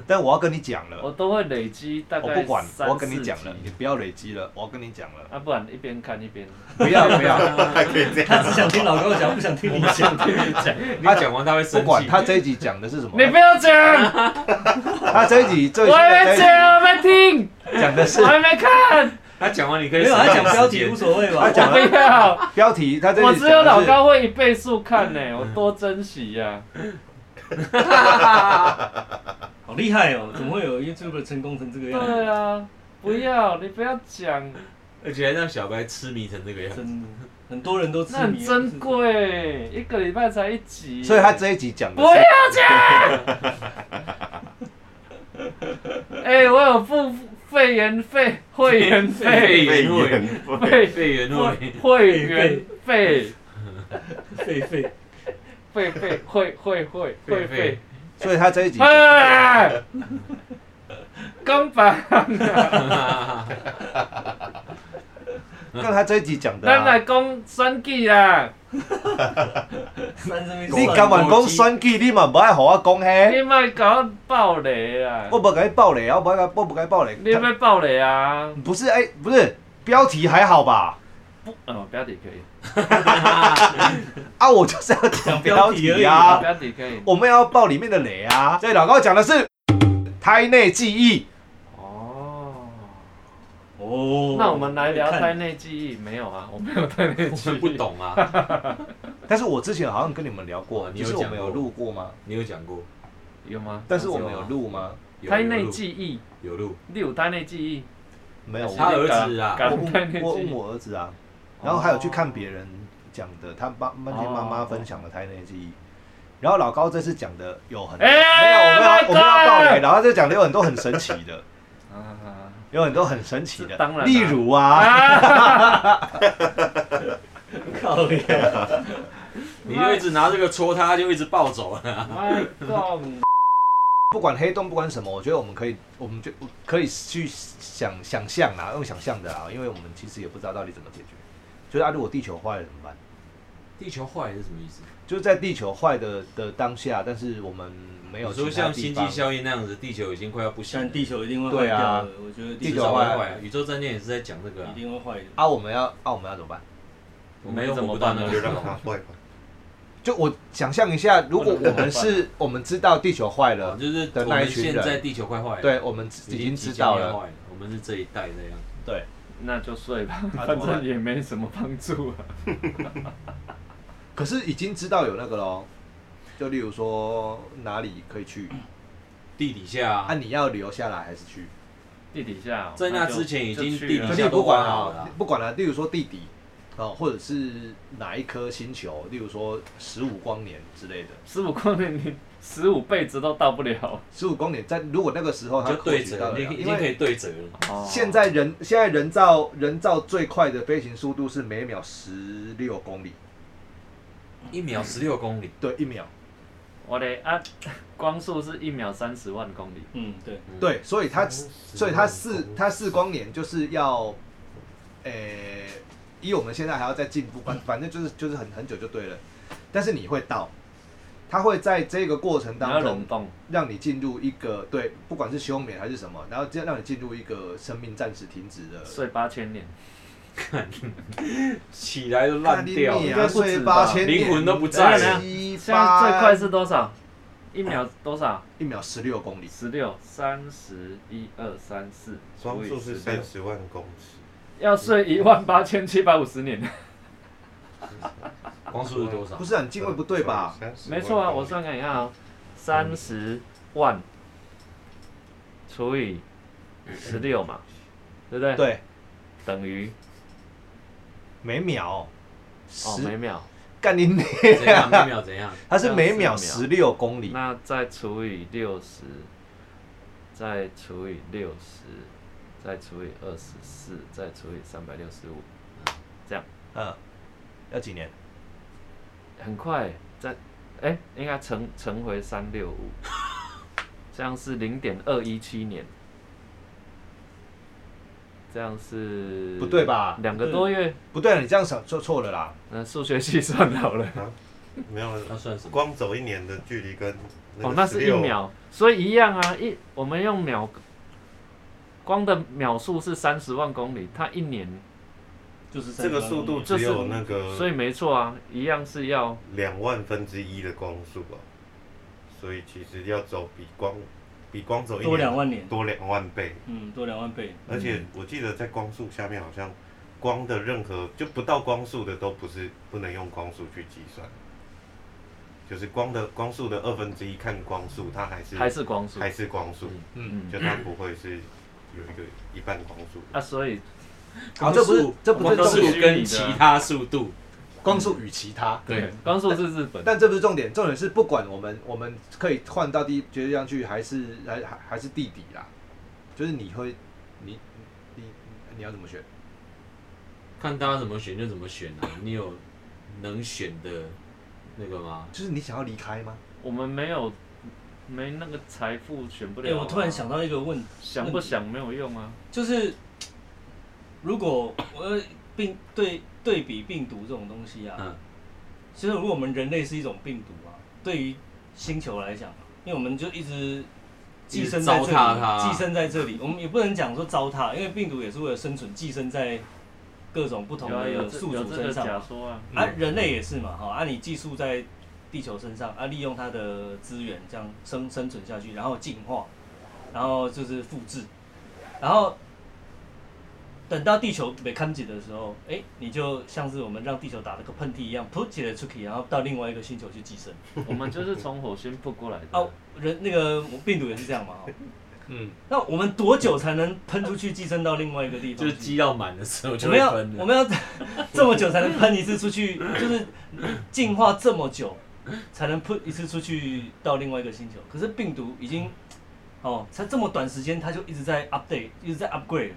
Speaker 4: 但我要跟你讲了，
Speaker 2: 我都会累积大
Speaker 4: 我
Speaker 2: 概
Speaker 4: 不管，我
Speaker 2: 三
Speaker 4: 要跟你讲
Speaker 2: 四
Speaker 4: 了，
Speaker 2: 集
Speaker 4: 你不要累积了，我要跟你讲了，
Speaker 2: 啊，不然一边看一 边
Speaker 4: 不要 不要，
Speaker 6: 还
Speaker 3: 啊
Speaker 6: 可以这
Speaker 1: 他
Speaker 6: 样，
Speaker 1: 只想听老高讲，不想听你讲。
Speaker 2: 讲。
Speaker 3: 他讲完他会生气。
Speaker 4: 不管他这一集讲的是什么
Speaker 2: 你，不要讲，
Speaker 4: 他这一集最
Speaker 2: 我
Speaker 4: 新的
Speaker 2: 还没讲，
Speaker 4: 这一
Speaker 2: 我还没听，
Speaker 4: 集讲的是
Speaker 2: 我还没看，
Speaker 3: 他讲完你可以
Speaker 1: 没 有，他讲
Speaker 3: 省
Speaker 1: 标
Speaker 3: 时
Speaker 1: 题
Speaker 3: 间
Speaker 1: 无所谓吧
Speaker 4: 他？讲
Speaker 2: 不要。
Speaker 4: 标题， 他这
Speaker 2: 我
Speaker 4: 一集
Speaker 2: 只有
Speaker 4: 讲
Speaker 2: 老
Speaker 4: 的是
Speaker 2: 高会一倍速看 呢、我多珍惜呀、
Speaker 1: 好厉害哦！怎么会有 YouTube 成功成这个样
Speaker 2: 对
Speaker 1: 子？
Speaker 2: 啊，不要你不要讲，
Speaker 3: 而且还让小白痴迷成这个样子。
Speaker 1: 真的，很多人都痴
Speaker 2: 那
Speaker 1: 迷
Speaker 2: 很
Speaker 1: 啊。
Speaker 2: 珍贵，一个礼拜才一集。
Speaker 4: 所以他这一集讲
Speaker 2: 不
Speaker 4: 的是
Speaker 2: 要讲。 哎、我有付肺炎费会员费，
Speaker 3: 肺炎会，
Speaker 2: 会
Speaker 3: 肺炎
Speaker 2: 会
Speaker 3: 会，
Speaker 2: 会员费
Speaker 1: 狒狒，
Speaker 2: 费费会会会会费。
Speaker 4: 所以他这一集
Speaker 2: 哎，刚版。
Speaker 3: 啊
Speaker 4: 那他这一集讲的
Speaker 2: 咱来
Speaker 4: 啊，
Speaker 2: 讲选举啦，
Speaker 1: 三这边
Speaker 4: 你甘愿讲选举，你嘛不爱和我讲
Speaker 2: 你
Speaker 4: 嘿，
Speaker 2: 莫甲我爆雷啦！
Speaker 4: 我不该爆雷啊，我不该我不该爆雷，
Speaker 2: 你要爆雷啊？
Speaker 4: 不是哎，不是标题还好吧？
Speaker 2: 嗯，标题可以，
Speaker 4: 啊，我就是要讲标题
Speaker 1: 啊
Speaker 4: 啊。
Speaker 2: 标题可以。
Speaker 4: 我们要爆里面的雷啊！所以老高讲的是胎内记忆，
Speaker 2: 哦，
Speaker 1: 哦
Speaker 2: 那我们来聊
Speaker 1: 看
Speaker 2: 胎内记忆，没有啊？我没有胎内
Speaker 3: 我
Speaker 2: 记忆，
Speaker 3: 们不。懂啊。
Speaker 4: 但是我之前好像跟你们聊过，
Speaker 3: 哦你
Speaker 4: 就
Speaker 3: 有
Speaker 4: 是
Speaker 3: 讲
Speaker 4: 我
Speaker 3: 过
Speaker 4: 们有录过吗？
Speaker 3: 你有讲过？
Speaker 2: 有吗？
Speaker 4: 但是我们有录吗？
Speaker 3: 有
Speaker 2: 胎内记忆，
Speaker 3: 有录，
Speaker 2: 你有胎内记忆？
Speaker 4: 没有，
Speaker 2: 还
Speaker 4: 我
Speaker 2: 是
Speaker 3: 他儿子啊
Speaker 2: 敢
Speaker 4: 我
Speaker 2: 敢胎内
Speaker 4: 问我
Speaker 2: 记
Speaker 4: 问
Speaker 2: 忆。
Speaker 4: 我儿子啊，然后还有去看别人讲的，他爸那天妈
Speaker 2: 哦
Speaker 4: 妈分享的胎内记忆。然后老高这次讲的有很没
Speaker 2: 哎
Speaker 4: 有，我们要我们
Speaker 2: ，my
Speaker 4: 要
Speaker 2: God
Speaker 4: 爆雷。老高这讲的有很多很神奇的，
Speaker 2: 啊
Speaker 4: 有很多很神奇的，
Speaker 2: 这当然啊
Speaker 4: 例如啊，
Speaker 2: 啊！
Speaker 1: 靠呀！
Speaker 3: 你就一直拿这个戳他，他就一直暴走啊了。
Speaker 2: 哎，讲
Speaker 4: 不管黑洞，不管什么，我觉得我们可以，我们就可以去想想象啊啦，用想象的啦，因为我们其实也不知道到底怎么解决。就是啊，如果地球坏了怎么办？
Speaker 3: 地球坏是什么意思？
Speaker 4: 就是在地球坏的的当下，但是我们没有
Speaker 3: 你说
Speaker 4: 其他
Speaker 3: 像
Speaker 4: 地
Speaker 3: 星
Speaker 4: 方
Speaker 3: 际效应那样子，地球已经快要不行了
Speaker 1: 像。地球一定会坏
Speaker 4: 对
Speaker 1: 掉
Speaker 4: 啊
Speaker 1: 的，我觉得
Speaker 4: 地
Speaker 1: 地
Speaker 4: 球
Speaker 1: 球
Speaker 3: 早晚
Speaker 4: 坏
Speaker 3: 坏，宇宙战舰也是在讲这个啊
Speaker 1: 一。定会坏的。
Speaker 4: 啊，我们要啊，我们要怎么办？
Speaker 3: 我们又
Speaker 2: 怎
Speaker 3: 活
Speaker 2: 么
Speaker 3: 不到
Speaker 2: 办呢
Speaker 3: 那？
Speaker 6: 就
Speaker 3: 个时
Speaker 6: 让
Speaker 3: 候
Speaker 6: 他坏吧。
Speaker 4: 就我想象 一下，如果
Speaker 2: 不能
Speaker 4: 我们是，我们知道地球坏
Speaker 3: 哦
Speaker 4: 了，
Speaker 3: 就是
Speaker 4: 的
Speaker 3: 我
Speaker 4: 那
Speaker 3: 们
Speaker 4: 一群
Speaker 3: 现
Speaker 4: 人
Speaker 3: 在地球快坏了，
Speaker 4: 对，我们已经知道
Speaker 3: 即将要
Speaker 4: 了，
Speaker 3: 坏了，我们是这一代这样。
Speaker 4: 对，
Speaker 2: 那就睡吧，
Speaker 4: 啊
Speaker 2: 反正也没什么帮助啊。
Speaker 4: 可是已经知道有那个喽。就例如说哪里可以去，
Speaker 3: 地底下
Speaker 4: 啊，
Speaker 3: 啊，
Speaker 4: 你要留下来还是去？
Speaker 2: 地底下哦，
Speaker 3: 在那
Speaker 2: 就
Speaker 3: 之前已
Speaker 2: 就
Speaker 3: 经
Speaker 2: 去
Speaker 3: 地底
Speaker 2: 了
Speaker 4: 可
Speaker 3: 下
Speaker 4: 是你不管
Speaker 3: 都挖好了
Speaker 4: 啊
Speaker 3: 啊，
Speaker 4: 不管啊，例如说地底，哦，或者是哪一颗星球，例如说十五光年之类的，
Speaker 2: 十五光年，你十五辈子都到不了。
Speaker 4: 十五光年在如果那个时候它
Speaker 3: 就对
Speaker 4: 获取
Speaker 3: 折，
Speaker 4: 到的
Speaker 3: 你
Speaker 4: 量
Speaker 3: 已
Speaker 4: 因
Speaker 3: 经可
Speaker 4: 为
Speaker 3: 以对折了。
Speaker 2: 哦
Speaker 4: 现在人现在人造人造最快的飞行速度是每秒十六公里，
Speaker 3: 嗯一秒十六公里，
Speaker 4: 对，一秒。
Speaker 2: 我的啊， 光速是一秒三十万公里，
Speaker 1: 嗯，对，
Speaker 4: 对，所以它
Speaker 6: 三十
Speaker 4: 所以它
Speaker 6: 万
Speaker 4: 四
Speaker 6: 公里
Speaker 4: 它四光年就是要，诶、以我们现在还要再进步，反反正就是就是很很久就对了。但是你会到，它会在这个过程
Speaker 2: 然后
Speaker 4: 当
Speaker 2: 冷
Speaker 4: 中
Speaker 2: 冻，
Speaker 4: 让你进入一个对，不管是休眠还是什么，然后这样让你进入一个生命暂时停止的。
Speaker 2: 睡八千年，
Speaker 3: 起来都烂掉
Speaker 4: 你
Speaker 2: 应
Speaker 3: 了。
Speaker 4: 啊，
Speaker 2: 该不
Speaker 4: 睡
Speaker 2: 止
Speaker 4: 八
Speaker 2: 吧
Speaker 4: 千
Speaker 3: 灵魂都不
Speaker 2: 在了
Speaker 4: 七
Speaker 2: 现在
Speaker 4: 八
Speaker 2: 最快是多少？一秒多少？
Speaker 4: 一秒十六公里，
Speaker 2: 十六、三十一、二、三四，
Speaker 6: 双数是
Speaker 2: 除以16，
Speaker 6: 三十万公尺，
Speaker 2: 要睡一万八千七百五十年。
Speaker 3: 光速是多少
Speaker 4: 不？是很啊进位不对吧？
Speaker 6: 三十万公
Speaker 2: 没
Speaker 6: 里？
Speaker 2: 错啊，我算给你看啊，三十万除以十六嘛，对不对？，
Speaker 4: 对，
Speaker 2: 等于
Speaker 4: 每秒
Speaker 2: 哦每
Speaker 4: 十
Speaker 2: 秒，
Speaker 4: 干你娘，
Speaker 3: 怎样？每秒怎样？
Speaker 4: 它是每秒
Speaker 2: 这样
Speaker 4: 十
Speaker 2: 是
Speaker 4: 六公里，
Speaker 2: 那再除以六十，再除以六十，再除以二十四，再除以三百六十五，这样
Speaker 4: 嗯，要几年？
Speaker 2: 很快再哎、应该乘乘回三六五，这样是零点二一七年。这样是
Speaker 4: 不对吧
Speaker 2: 两个多月，
Speaker 4: 不对了，啊你这样想做错了啦。
Speaker 2: 那呃数学计算好了。
Speaker 6: 没啊有
Speaker 3: 那算什么？
Speaker 6: 光走一年的距离跟
Speaker 2: 哦，那是一
Speaker 6: 16，
Speaker 2: 秒，所以一样啊，一我们用秒，光的秒数是三十万公里，它一年，
Speaker 1: 就是
Speaker 6: 这个
Speaker 1: 30
Speaker 6: 速度
Speaker 1: 公里
Speaker 6: 只有那个
Speaker 2: 所以没错啊，一样是要
Speaker 6: 两万分之一的光速啊，所以其实要走比光比光走一年
Speaker 1: 多两万年
Speaker 6: 多两万倍，
Speaker 1: 嗯，多两万倍，
Speaker 6: 而且我记得在光速下面好像光的任何就不到光速的都不是不能用光速去计算，就是光的光速的二分之一看光速，它还是
Speaker 2: 还是光速
Speaker 6: 还是光速，
Speaker 2: 嗯
Speaker 6: 就它不会是有一个一半光速。
Speaker 2: 啊，所以
Speaker 4: 好，这不是这不是
Speaker 3: 光
Speaker 4: 重
Speaker 3: 速
Speaker 4: 点，嗯
Speaker 3: 跟其他速度，
Speaker 4: 光速与其他。
Speaker 3: 对，
Speaker 2: 光速是日本，
Speaker 4: 但这不是重点，重点是不管我们我们可以换到第绝对上去，还是还还还是地底啦，就是你会你你你要怎么选？
Speaker 3: 看大家怎么选就怎么选啊。你有能选的那个吗？
Speaker 4: 就是你想要离开吗？
Speaker 2: 我们没有没那个财富选不
Speaker 1: 哎、
Speaker 2: 了、啊
Speaker 1: 我突然想，到一个问题，
Speaker 2: 想不想没有用啊，
Speaker 1: 就是如果我病对对比病毒这种东西啊，
Speaker 3: 嗯，
Speaker 1: 其实如果我们人类是一种病毒啊，对于星球来讲啊，因为我们就一直寄生在这
Speaker 3: 一直
Speaker 1: 里，
Speaker 3: 糟蹋它
Speaker 1: 寄生在这里，我们也不能讲说糟蹋，因为病毒也是为了生存，寄生在各种不同
Speaker 2: 有啊有
Speaker 1: 的
Speaker 2: 这
Speaker 1: 宿
Speaker 2: 有
Speaker 1: 主
Speaker 2: 这
Speaker 1: 身
Speaker 2: 个
Speaker 1: 上
Speaker 2: 假
Speaker 1: 嘛。
Speaker 2: 说啊，
Speaker 1: 啊，人类也是嘛，哈、啊，你寄宿在地球身上，啊，利用它的资源这样生生存下去，然后进化，然后就是复制，然后等到地球被看见的时候，哎、你就像是我们让地球打了个喷嚏一样，噗起来出去，然后到另外一个星球去寄生。
Speaker 2: 我们就是从火星扑过来的
Speaker 1: 哦、人那个病毒也是这样嘛，哈。
Speaker 4: 嗯，
Speaker 1: 那我们多久才能喷出去寄生到另外一个地方去？
Speaker 3: 就是积到满的时候
Speaker 1: 我
Speaker 3: 就
Speaker 1: 们
Speaker 3: 会
Speaker 1: 要
Speaker 3: 分
Speaker 1: 我
Speaker 3: 了。
Speaker 1: 们要这么久才能喷一次出 去，就是进化这么久才能喷一次出去到另外一个星球。可是病毒已经哦，才这么短时间，它就一直在 update，一直在 upgrade，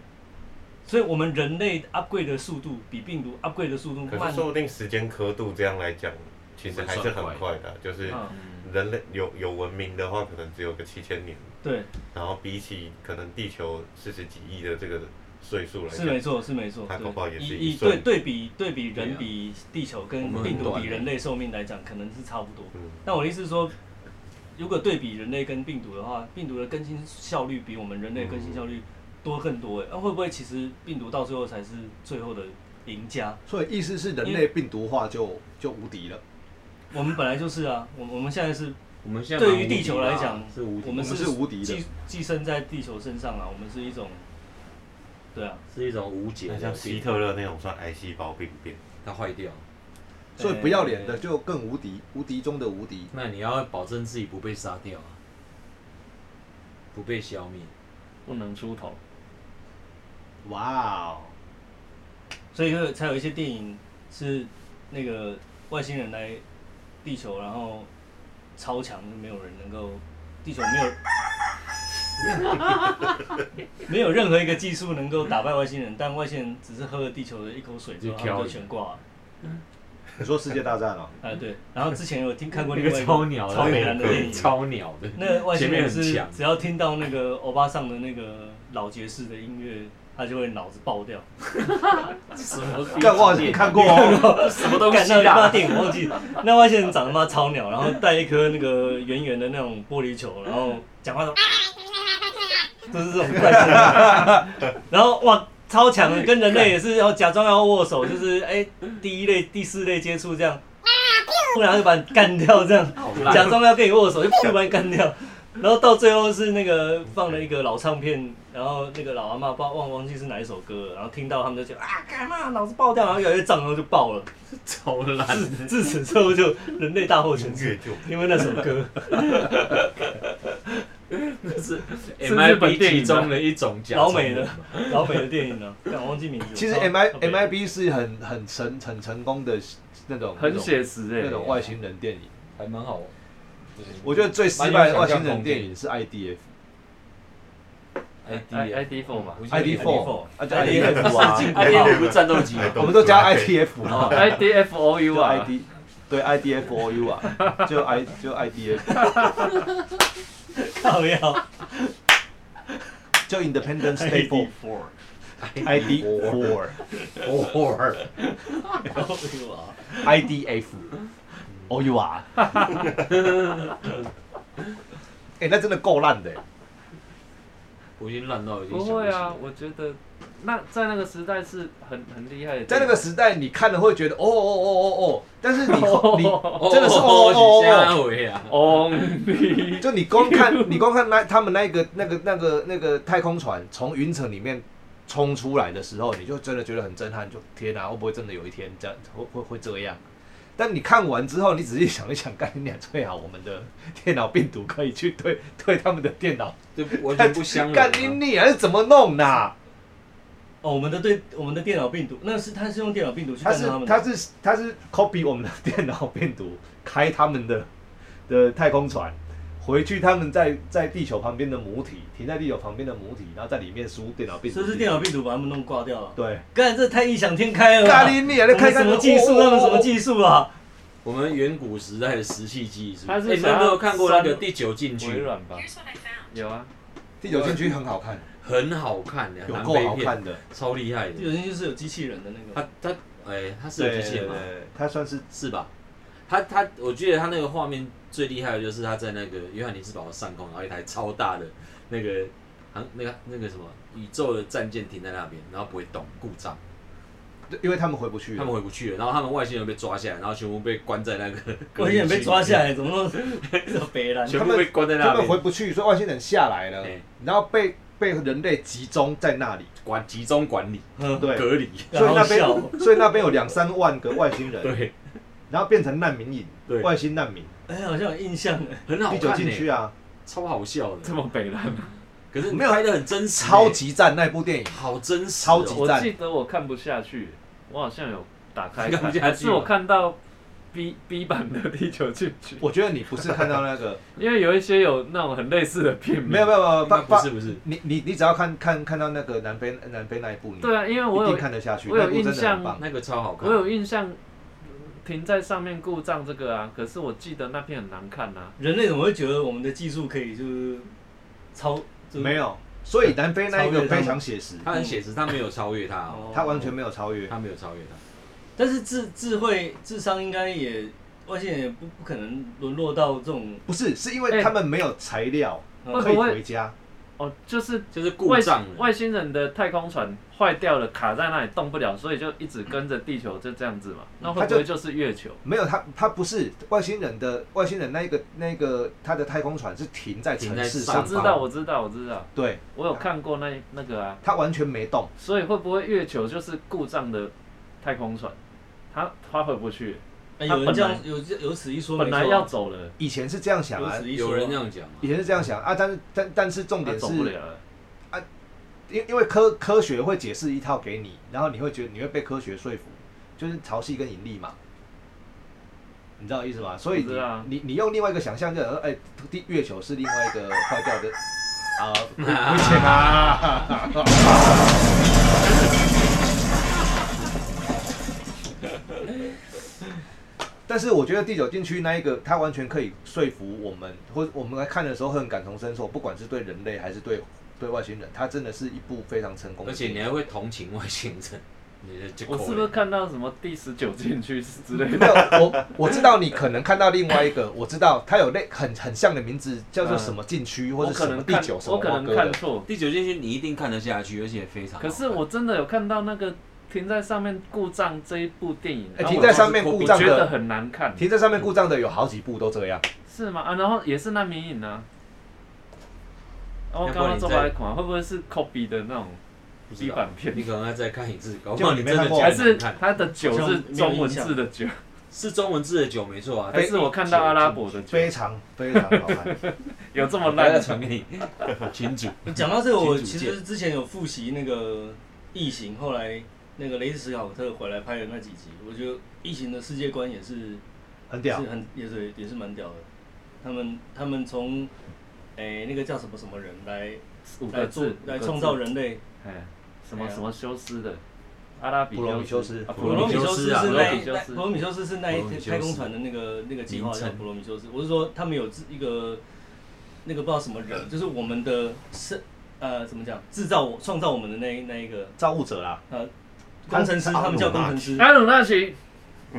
Speaker 1: 所以我们人类 upgrade 的速度比病毒 upgrade 的速度
Speaker 6: 可
Speaker 1: 慢
Speaker 6: 是。说不定时间刻度这样来讲，其实还是很快的啊，就是
Speaker 1: 嗯，
Speaker 6: 人类有有文明的话，可能只有个七千年，
Speaker 1: 对，
Speaker 6: 然后比起可能地球四十几亿的这个岁数来
Speaker 1: 是没
Speaker 6: 讲，
Speaker 1: 错，是没错。
Speaker 6: 它搞不好也
Speaker 1: 对，
Speaker 6: 是
Speaker 1: 以
Speaker 6: 一
Speaker 1: 以对
Speaker 6: 瞬
Speaker 1: 对比对比人
Speaker 3: 对啊
Speaker 1: 比地球
Speaker 3: 我
Speaker 1: 跟
Speaker 3: 们很
Speaker 1: 病毒
Speaker 3: 短
Speaker 1: 比
Speaker 3: 欸
Speaker 1: 人类寿命来讲，可能是差不多。
Speaker 6: 嗯，
Speaker 1: 但我的意思是说，如果对比人类跟病毒的话，病毒的更新效率比我们人类
Speaker 4: 嗯
Speaker 1: 更新效率多更多诶，欸那、会不会其实病毒到最后才是最后的赢家？
Speaker 4: 所以意思是人
Speaker 1: 因
Speaker 4: 类病毒化就就无敌了，
Speaker 1: 我们本来就是啊， 我我们现在是，
Speaker 3: 我们现在
Speaker 1: 对于地球来讲
Speaker 3: 啊是无
Speaker 1: 我
Speaker 3: 敌的，
Speaker 1: 们
Speaker 4: 我们是无敌的
Speaker 1: 寄寄生在地球身上啊，我们是一种，对啊，
Speaker 3: 是一种无解
Speaker 6: 那
Speaker 3: 的
Speaker 6: 像希
Speaker 3: 病，
Speaker 6: 特勒那种算癌细胞病变，
Speaker 3: 它坏掉。
Speaker 4: 所以
Speaker 1: 哎
Speaker 4: 不要脸的就更无敌，无敌中的无敌。
Speaker 3: 那你要保证自己不被杀掉啊，不被消灭。
Speaker 2: 不能出头，
Speaker 4: 哇哦，
Speaker 1: 所以就才有一些电影是那个外星人来地球，然后超强，就没有人能够，地球没有。没有任何一个技术能够打败外星人，但外星人只是喝了地球的一口水之后，他
Speaker 3: 就
Speaker 1: 们
Speaker 3: 跳
Speaker 1: 就
Speaker 3: 了
Speaker 1: 全挂了。
Speaker 4: 你说世界大战啊？
Speaker 1: 啊，对。然后之前有听看过
Speaker 2: 那
Speaker 1: 另
Speaker 2: 个
Speaker 1: 外一
Speaker 2: 超鸟的
Speaker 1: 超北南的电影，
Speaker 3: 超鸟的，
Speaker 1: 那个外星
Speaker 3: 前面
Speaker 1: 人
Speaker 3: 很
Speaker 1: 是
Speaker 3: 强，
Speaker 1: 只要听到那个欧巴桑的那个老爵士的音乐，他就会脑子爆掉。
Speaker 3: 什 么
Speaker 4: 干，我好像也看过哦。
Speaker 3: 什么东
Speaker 1: 干
Speaker 3: 西啊
Speaker 1: 那那
Speaker 3: 啦？
Speaker 1: 电影我忘记，那外星人长得妈超鸟，然后带一颗那个圆圆的那种玻璃球，然后讲话都，就是这种怪声。 然后哇，超强的，跟人类也是要假装要握手，就是哎、第一类、第四类接触这样，不然就把你干掉这样。
Speaker 3: 好
Speaker 1: 假
Speaker 3: 烂，
Speaker 1: 装要跟你握手，就噗把你干掉。然后到最后是那个放了一个老唱片，然后那个老阿妈不知道忘忘记是哪一首歌了，然后听到他们就觉得啊干嘛脑子爆掉，然后越来越胀，然后就爆了。
Speaker 3: 超烂，
Speaker 1: 自 自此之后就人类大获全
Speaker 6: 音乐
Speaker 1: 胜，
Speaker 6: 就
Speaker 1: 因为那首歌。
Speaker 3: 那是
Speaker 2: 是
Speaker 3: M I
Speaker 2: 日本
Speaker 3: B
Speaker 2: 电影
Speaker 3: 其
Speaker 2: 的
Speaker 3: 中的一种假
Speaker 1: 老美
Speaker 3: 的
Speaker 1: 的，老美的电影呢、 啊，但我忘记名字了。
Speaker 4: 其实
Speaker 1: 超
Speaker 4: M I
Speaker 1: 超北
Speaker 4: M I B 是很很成很成功的那种那
Speaker 2: 很
Speaker 4: 种
Speaker 2: 写实哎、
Speaker 4: 那种外星人电影。
Speaker 3: 还蛮好。
Speaker 4: 我觉得最失败的外星人电影是 I D F
Speaker 3: I 哎
Speaker 2: 哎 I
Speaker 3: 啊
Speaker 2: I D Four 嘛，
Speaker 4: I D Four 啊，I D F
Speaker 3: 是
Speaker 4: 啊，
Speaker 6: 哎
Speaker 3: I D 不是战斗机吗？
Speaker 4: 我们都 加 I T F
Speaker 2: 哦
Speaker 4: 啊，
Speaker 2: I D F O U
Speaker 4: 就 I
Speaker 2: 啊，
Speaker 4: D 对 I D F O U 啊，就 I 就 I D F
Speaker 1: 靠啊腰
Speaker 4: 就 Independence
Speaker 1: ，ID
Speaker 4: Day Four
Speaker 1: Four，
Speaker 4: I D Four
Speaker 3: Four
Speaker 4: I D F O U 啊 R，哎，那真的够烂的欸，
Speaker 3: 我已经烂到已经
Speaker 2: 不
Speaker 3: 想
Speaker 2: 会啊，
Speaker 3: 起
Speaker 2: 我觉得那在那个时代是很很厉害的，
Speaker 4: 在那个时代你看了会觉得哦哦哦哦哦，但是你 你
Speaker 3: 来了
Speaker 4: 真的是哦哦哦
Speaker 3: 下回啊，
Speaker 2: 哦 Only
Speaker 4: 就你光看，你光看那他们那个那个那个那个太空船从云层里面冲出来的时候，你就真的觉得很震撼，就天啊哪、会不会真的有一天这样会会会这样？但你看完之后，你仔细想一想，干你俩最好我们的电脑病毒可以去对对他们的电脑，
Speaker 3: 就完全不相容啊
Speaker 4: 干你俩是怎么弄的、啊？
Speaker 1: 哦，我们的对我们的电脑病毒，那是他是用电脑病毒去
Speaker 4: 他
Speaker 1: 干
Speaker 4: 是
Speaker 1: 掉他们的，
Speaker 4: 他是他是 copy 我们的电脑病毒，开他们的的太空船，回去他们在在地球旁边的母体，停在地球旁边的母体，然后在里面输电脑病毒
Speaker 1: 所
Speaker 4: 进
Speaker 1: 以
Speaker 4: 去。
Speaker 1: 是电脑病毒把他们弄挂掉了。
Speaker 4: 对。
Speaker 1: 干，这太异想天开了吧。
Speaker 4: 咖喱哦面那
Speaker 1: 我们
Speaker 4: 开
Speaker 1: 什
Speaker 4: 干
Speaker 1: 么技术？他们什么？技术啊？
Speaker 3: 我们远古时代的石器技术，
Speaker 2: 他是
Speaker 3: 哎你们
Speaker 2: 想
Speaker 3: 有
Speaker 2: 要
Speaker 3: 没有看过那个
Speaker 2: 删
Speaker 3: 第九禁
Speaker 2: 微
Speaker 3: 区？
Speaker 2: 软吧，有啊，
Speaker 4: 第九禁区很好看，
Speaker 3: 很好看的，
Speaker 4: 有
Speaker 3: 南
Speaker 4: 够
Speaker 3: 非
Speaker 4: 好
Speaker 3: 片，
Speaker 4: 看的。
Speaker 3: 超厉害的。
Speaker 1: 有人就是有机器人的那个，
Speaker 3: 他他哎，他是有
Speaker 4: 对
Speaker 3: 机器
Speaker 4: 对
Speaker 3: 人吗？
Speaker 4: 对，它算是
Speaker 3: 是吧？他他，我记得他那个画面最厉害的就是他在那个约翰尼斯堡上空，然后一台超大的那个航那个那个什么宇宙的战舰停在那边，然后不会动，故障，
Speaker 4: 因为他们回不去
Speaker 3: 他
Speaker 4: 了。
Speaker 3: 们回不去了，然后他们外星人被抓下来，然后全部被关在那 个
Speaker 1: 我有点被抓下来，怎么弄？ 这北兰
Speaker 3: 全部被关在那
Speaker 4: 他们回
Speaker 3: 边，
Speaker 4: 不去，所以外星人下来了
Speaker 3: 哎，
Speaker 4: 然后被被人类集中在那里。
Speaker 3: 管集中管理
Speaker 4: 对，
Speaker 3: 隔离，
Speaker 4: 所以那
Speaker 1: 嗯好哦好
Speaker 4: 边所以那边有两三万个外星人。
Speaker 3: 对
Speaker 4: 然后变成难民营，
Speaker 3: 对，
Speaker 4: 外星难民，
Speaker 1: 哎，好像有印象哎。
Speaker 3: 很好
Speaker 4: 第九
Speaker 3: 看
Speaker 4: 禁区
Speaker 3: 呢，
Speaker 4: 啊，
Speaker 3: 超好笑
Speaker 2: 这
Speaker 3: 的，
Speaker 2: 么北烂。
Speaker 3: 可是
Speaker 4: 没
Speaker 3: 没
Speaker 4: 有
Speaker 3: 有拍的很真实欸，
Speaker 4: 超级赞那部电影，
Speaker 3: 好真实哦，
Speaker 4: 超级
Speaker 2: 我
Speaker 4: 赞
Speaker 2: 记得我看不下去，我好像有打开
Speaker 3: 看不
Speaker 2: 看，
Speaker 3: 下去
Speaker 2: 还是我看到 B B 版的第九禁区，
Speaker 4: 我觉得你不是看到那个，
Speaker 2: 因为有一些有那种很类似的片名。
Speaker 4: 没有没有没
Speaker 3: 应
Speaker 4: 有，
Speaker 3: 该
Speaker 4: 爸
Speaker 3: 不
Speaker 4: 爸
Speaker 3: 是，不是，
Speaker 4: 你你你只要看看看到那个南非南非那一部，你
Speaker 2: 对啊，因为我
Speaker 4: 一定
Speaker 2: 有
Speaker 4: 看得下去，
Speaker 2: 我有
Speaker 4: 那部真的
Speaker 2: 印
Speaker 4: 很
Speaker 2: 象
Speaker 4: 棒。
Speaker 3: 那个超好看
Speaker 2: 我，有印象，停在上面故障这个啊，可是我记得那片很难看啊呐、
Speaker 1: 人类怎么会觉得我们的技术可以就是超？就是
Speaker 4: 没有，所以南非那一
Speaker 1: 超
Speaker 4: 个
Speaker 1: 越他们
Speaker 4: 非常写实，
Speaker 3: 他很写实，他没有超越他哦。
Speaker 1: 哦
Speaker 4: 他完全没有超越。
Speaker 3: 他没有超越他，
Speaker 1: 但是智智慧智商应该也外星人也不不可能沦落到这种。
Speaker 4: 不是，是因
Speaker 2: 哎
Speaker 4: 为他们没有材料
Speaker 1: 哎
Speaker 4: 可以回家，
Speaker 2: 哦，就是
Speaker 3: 就是故
Speaker 2: 外
Speaker 3: 障了。
Speaker 2: 外星人的太空船坏掉了，卡在那里动不了，所以就一直跟着地球就这样子嘛。
Speaker 4: 嗯
Speaker 2: 那会不
Speaker 4: 他就
Speaker 2: 会就是月球？
Speaker 4: 没有他他不是外星人的外星人那一个那个他的太空船是停在城
Speaker 3: 停
Speaker 4: 市
Speaker 2: 我
Speaker 4: 上
Speaker 3: 在
Speaker 2: 知
Speaker 3: 上
Speaker 4: 方，
Speaker 2: 道，我知道，我知道，
Speaker 4: 对
Speaker 2: 我有看过那那个啊。
Speaker 4: 他完全没动，
Speaker 2: 所以会不会月球就是故障的太空船？它它回不去，
Speaker 1: 哎
Speaker 2: 他
Speaker 1: 有人这样
Speaker 2: 本
Speaker 1: 有有此一说没
Speaker 2: 本
Speaker 1: 错啊，
Speaker 2: 来要走了，
Speaker 4: 以前是这样想
Speaker 1: 有
Speaker 4: 啊，
Speaker 1: 此一说啊，
Speaker 3: 有人这样讲嘛
Speaker 4: 以前是这样想啊，但是但但是重
Speaker 2: 它
Speaker 4: 点
Speaker 2: 走不
Speaker 4: 是
Speaker 2: 了了。
Speaker 4: 因因为科科学会解释一套给你，然后你会觉得你会被科学说服，就是潮汐跟引力嘛，你知道我意思吗？所以
Speaker 2: 我
Speaker 4: 你
Speaker 2: 知道啊
Speaker 4: 你你用另外一个想象，就想说，哎、地月球是另外一个坏掉的啊，危险啊！ 但是我觉得第九禁区那一个，它完全可以说服我们，或者我们来看的时候会很感同身受，不管是对人类还是对对外星人，它真的是一部非常成功的
Speaker 3: 而
Speaker 4: 电
Speaker 3: 且
Speaker 4: 影。
Speaker 3: 你还会同情外星人， 你的结
Speaker 2: 我
Speaker 3: 果
Speaker 2: 是不是看到什么第十九禁区之类
Speaker 4: 没
Speaker 2: 的？
Speaker 4: 有，我我知道你可能看到另外一个，我知道它有类很很像的名字，叫做什么禁区、 或
Speaker 2: 我
Speaker 4: 者
Speaker 2: 可
Speaker 4: 什么
Speaker 2: 能
Speaker 4: 第
Speaker 2: 看
Speaker 4: 九什么
Speaker 2: 我可
Speaker 4: 蛙
Speaker 2: 能
Speaker 4: 哥
Speaker 2: 看
Speaker 4: 的。
Speaker 2: 错，
Speaker 3: 第九禁区你一定看得下去，而且非常好
Speaker 2: 可
Speaker 3: 看。
Speaker 2: 是我真的有看到那个停在上面故障这一部电影，
Speaker 4: 哎、
Speaker 2: 然后
Speaker 4: 停
Speaker 2: 我
Speaker 4: 在上面故
Speaker 2: 我
Speaker 4: 障
Speaker 2: 觉得
Speaker 4: 的，
Speaker 2: 很难看，
Speaker 4: 停在上面故障的有好几部都这样。
Speaker 2: 是吗？啊，然后也是难民影啊。啊我
Speaker 3: 要不然
Speaker 2: 刚刚
Speaker 3: 你
Speaker 2: 做
Speaker 3: 再
Speaker 2: 白款，会不会是 copy 的那种
Speaker 3: 不知
Speaker 2: B
Speaker 3: 道
Speaker 2: 版片
Speaker 3: 你？可能要再看一次，搞不
Speaker 4: 就
Speaker 3: 好
Speaker 4: 你
Speaker 3: 你
Speaker 4: 没
Speaker 3: 真的
Speaker 4: 看过
Speaker 3: 觉
Speaker 2: 还
Speaker 3: 得
Speaker 2: 是
Speaker 3: 难看。
Speaker 2: 它的酒
Speaker 1: 好
Speaker 2: 是
Speaker 1: 像没有
Speaker 2: 中文
Speaker 1: 印象
Speaker 2: 字的酒，
Speaker 3: 是中文字的酒没错啊，
Speaker 2: 还是我看到阿拉伯的酒
Speaker 4: 非常非常好看。
Speaker 2: 有这么
Speaker 3: 我待
Speaker 2: 烂
Speaker 3: 会
Speaker 2: 的
Speaker 3: 传给你 群主。
Speaker 1: 讲到这个，我
Speaker 3: 请
Speaker 1: 其
Speaker 3: 主见
Speaker 1: 实之前有复习那个《异形》，后来那个雷斯史考特回来拍的那几集，我觉得《异形》的世界观也是
Speaker 4: 很屌
Speaker 1: 是很也是也是蛮屌的。他们他们从诶、那个叫什么什么人来
Speaker 2: 五
Speaker 1: 来
Speaker 2: 个
Speaker 1: 做
Speaker 2: 字
Speaker 1: 来创造，
Speaker 2: 五个字
Speaker 1: 人类，
Speaker 2: 哎，什么
Speaker 1: 哎呀
Speaker 2: 什么修斯的，阿拉比
Speaker 4: 普罗米修斯
Speaker 2: 啊
Speaker 1: 普
Speaker 3: 普
Speaker 1: 罗米修斯
Speaker 3: 啊
Speaker 1: 是
Speaker 3: 普
Speaker 1: 那
Speaker 3: 罗
Speaker 1: 一
Speaker 3: 米
Speaker 1: 那普罗米修斯是那
Speaker 3: 普罗
Speaker 1: 一
Speaker 3: 米修斯
Speaker 1: 太空船的那个那个计划
Speaker 3: 名
Speaker 1: 叫
Speaker 3: 称
Speaker 1: 普罗米修斯。我是说他们有自一个那个不知道什么人，就是我们的是呃怎么讲制造我创造我们的那一那一个
Speaker 4: 造物者啦，
Speaker 1: 呃工程师，
Speaker 6: 阿
Speaker 1: 他们叫工程师
Speaker 2: 阿鲁纳奇，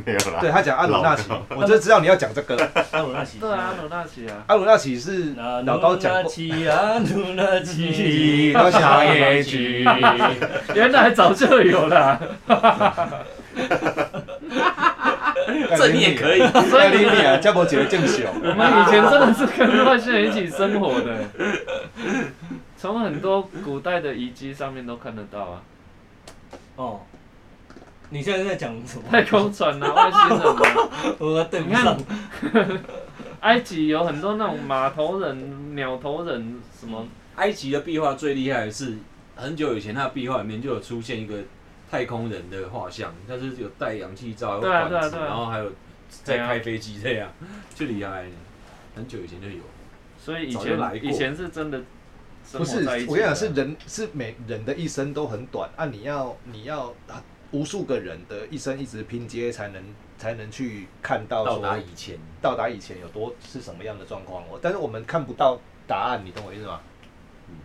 Speaker 6: 没有啦。
Speaker 4: 对他讲阿鲁纳奇，我就知道你要讲这 个。
Speaker 1: 阿鲁纳奇。
Speaker 2: 对啊，阿鲁纳奇啊，
Speaker 4: 阿鲁纳奇是
Speaker 1: 那
Speaker 2: 呃
Speaker 4: 老高讲
Speaker 1: 努纳
Speaker 4: 过，
Speaker 1: 奇啊，努纳 奇，
Speaker 4: 高想
Speaker 1: 野 菊。
Speaker 2: 原来早就有了，啊
Speaker 3: 这你也可 以，
Speaker 2: 所以
Speaker 4: 以。你啊，加伯杰正秀，
Speaker 2: 我们以前真的是跟外星人一起生活的，从很多古代的遗迹上面都看得到啊，
Speaker 1: 哦，你现在在讲什么？
Speaker 2: 太空船啊，外星人啊，
Speaker 1: 我对不上。
Speaker 2: 埃及有很多那种马头人、鸟头人什么，
Speaker 3: 埃及的壁画最厉害的是，很久以前它的壁画里面就有出现一个太空人的画像，它是有带氧气罩、有
Speaker 2: 对啊
Speaker 3: 管
Speaker 2: 对啊
Speaker 3: 子，
Speaker 2: 对啊
Speaker 3: 然后还有在开飞机这样，就厉害了。很久以前就有，
Speaker 2: 所以以
Speaker 3: 早就来
Speaker 2: 前
Speaker 3: 过
Speaker 2: 以前是真的生
Speaker 4: 不
Speaker 2: 活
Speaker 4: 是
Speaker 2: 在一起的。
Speaker 4: 我跟你讲，是人是每人的一生都很短啊，你要你要啊无数个人的一生一直拼接，才能才能去看到
Speaker 3: 到
Speaker 4: 说
Speaker 3: 达以前，
Speaker 4: 到达以前有多是什么样的状况，我但是我们看不到答案，你懂我意思吗？
Speaker 3: 嗯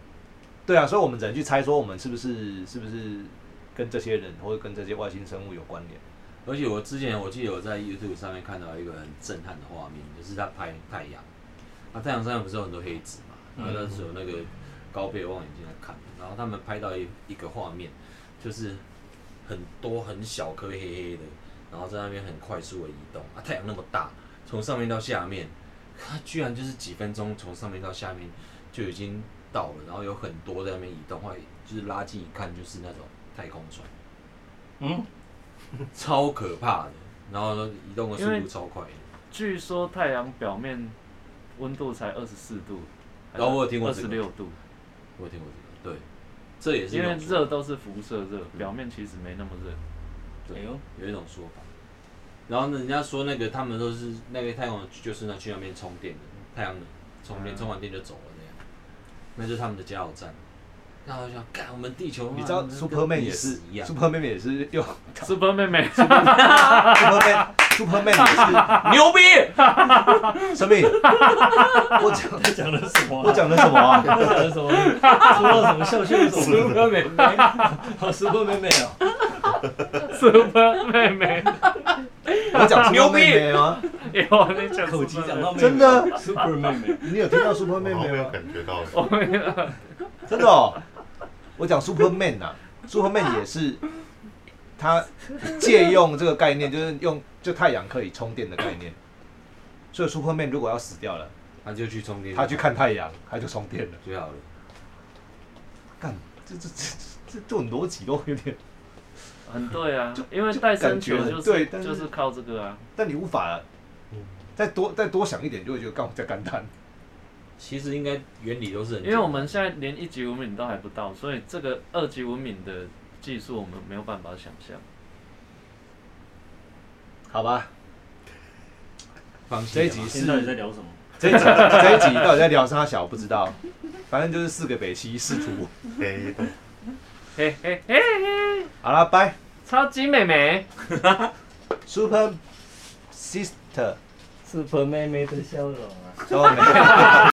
Speaker 4: 对啊，所以我们只能去猜说我们是不是是不是跟这些人或者跟这些外星生物有关联。
Speaker 3: 而且我之前我记得我在 YouTube 上面看到一个很震撼的画面，就是他拍太阳，那、太阳上面不是有很多黑子嘛，然后那时候那个高倍望远镜在看，然后他们拍到一一个画面，就是很多很小颗黑黑的，然后在那边很快速的移动啊，太阳那么大，从上面到下面，它居然就是几分钟从上面到下面就已经到了，然后有很多在那边移动，后来就是拉近一看就是那种太空船。
Speaker 1: 嗯，
Speaker 3: 超可怕的，然后呢，移动的速
Speaker 2: 因
Speaker 3: 度
Speaker 2: 为
Speaker 3: 超快的。
Speaker 2: 据说太阳表面温度才二十四度，
Speaker 3: 然后我有听过
Speaker 2: 二
Speaker 3: 这
Speaker 2: 十
Speaker 3: 个
Speaker 2: 六度，
Speaker 3: 我有听过这个，对，这也是一
Speaker 2: 因为
Speaker 3: 种说
Speaker 2: 热都是辐射热，表面其实没那么热。
Speaker 1: 哎呦，
Speaker 3: 有一种说法。然后呢，人家说那个他们都是那个太阳能就是那去那边充电的，太阳能充电，
Speaker 2: 嗯
Speaker 3: 充完电就走了那样，那就是他们的加油站。那我想，干我们地球，
Speaker 4: 你知道
Speaker 3: 妈
Speaker 4: Superman 也
Speaker 3: 跟
Speaker 4: 是
Speaker 3: 历史一样，
Speaker 4: ，Superman 也是用
Speaker 2: Super 妹妹，
Speaker 4: Superman，Superman
Speaker 3: 牛逼！
Speaker 4: 也是生命。 我讲
Speaker 1: 他讲的什么啊？
Speaker 4: 我讲的什么啊？
Speaker 1: 他讲的什么？除了什么笑笑什么？
Speaker 3: Superman
Speaker 1: 好，石波妹妹哦，
Speaker 2: Super 妹妹，
Speaker 4: 我讲
Speaker 3: 牛
Speaker 4: Super
Speaker 3: 逼
Speaker 4: 妹妹吗？
Speaker 2: 有啊，你讲
Speaker 1: 口级
Speaker 2: Superman
Speaker 1: 讲到妹妹，
Speaker 4: 真的
Speaker 1: ，Super 妹妹，
Speaker 4: 你有听到 Super
Speaker 6: 哦我
Speaker 4: 妹
Speaker 6: 好像
Speaker 4: 妹
Speaker 6: 没有
Speaker 4: 吗？
Speaker 6: 感觉到。
Speaker 2: 我没有
Speaker 4: 真的哦，我讲 Superman 啊，Superman 也是他借用这个概念，就是用就太阳可以充电的概念。所以 Superman 如果要死掉了，
Speaker 3: 他就去充电，
Speaker 4: 他去看太阳，他就充电了。
Speaker 3: 就好了。
Speaker 4: 干，这这这这这种逻辑都有点，
Speaker 2: 很对啊
Speaker 4: 就，
Speaker 2: 因为戴森球
Speaker 4: 就感觉
Speaker 2: 就
Speaker 4: 很
Speaker 2: 是
Speaker 4: 对但是
Speaker 2: 就是靠这个啊，
Speaker 4: 但你无法
Speaker 6: 嗯
Speaker 4: 再多再多想一点，就会觉得干我在干叹。
Speaker 3: 其实应该原理都是很简
Speaker 2: 因
Speaker 3: 单，
Speaker 2: 为我们现在连一级文明都还不到，所以这个二级文明的技术我们没有办法想象。
Speaker 4: 好吧，
Speaker 3: 放弃
Speaker 4: 这一
Speaker 3: 了嘛
Speaker 4: 集
Speaker 1: 现在
Speaker 4: 是
Speaker 1: 到底在聊什么？
Speaker 4: 这一集这一集到底在聊啥小不知道，反正就是四个北七四图。
Speaker 6: 黑洞
Speaker 2: 嘿嘿嘿嘿，
Speaker 4: 好啦，拜
Speaker 2: 超级妹妹，
Speaker 4: ，Super sister，
Speaker 1: 是 r 妹妹的笑容啊。
Speaker 4: 哦没有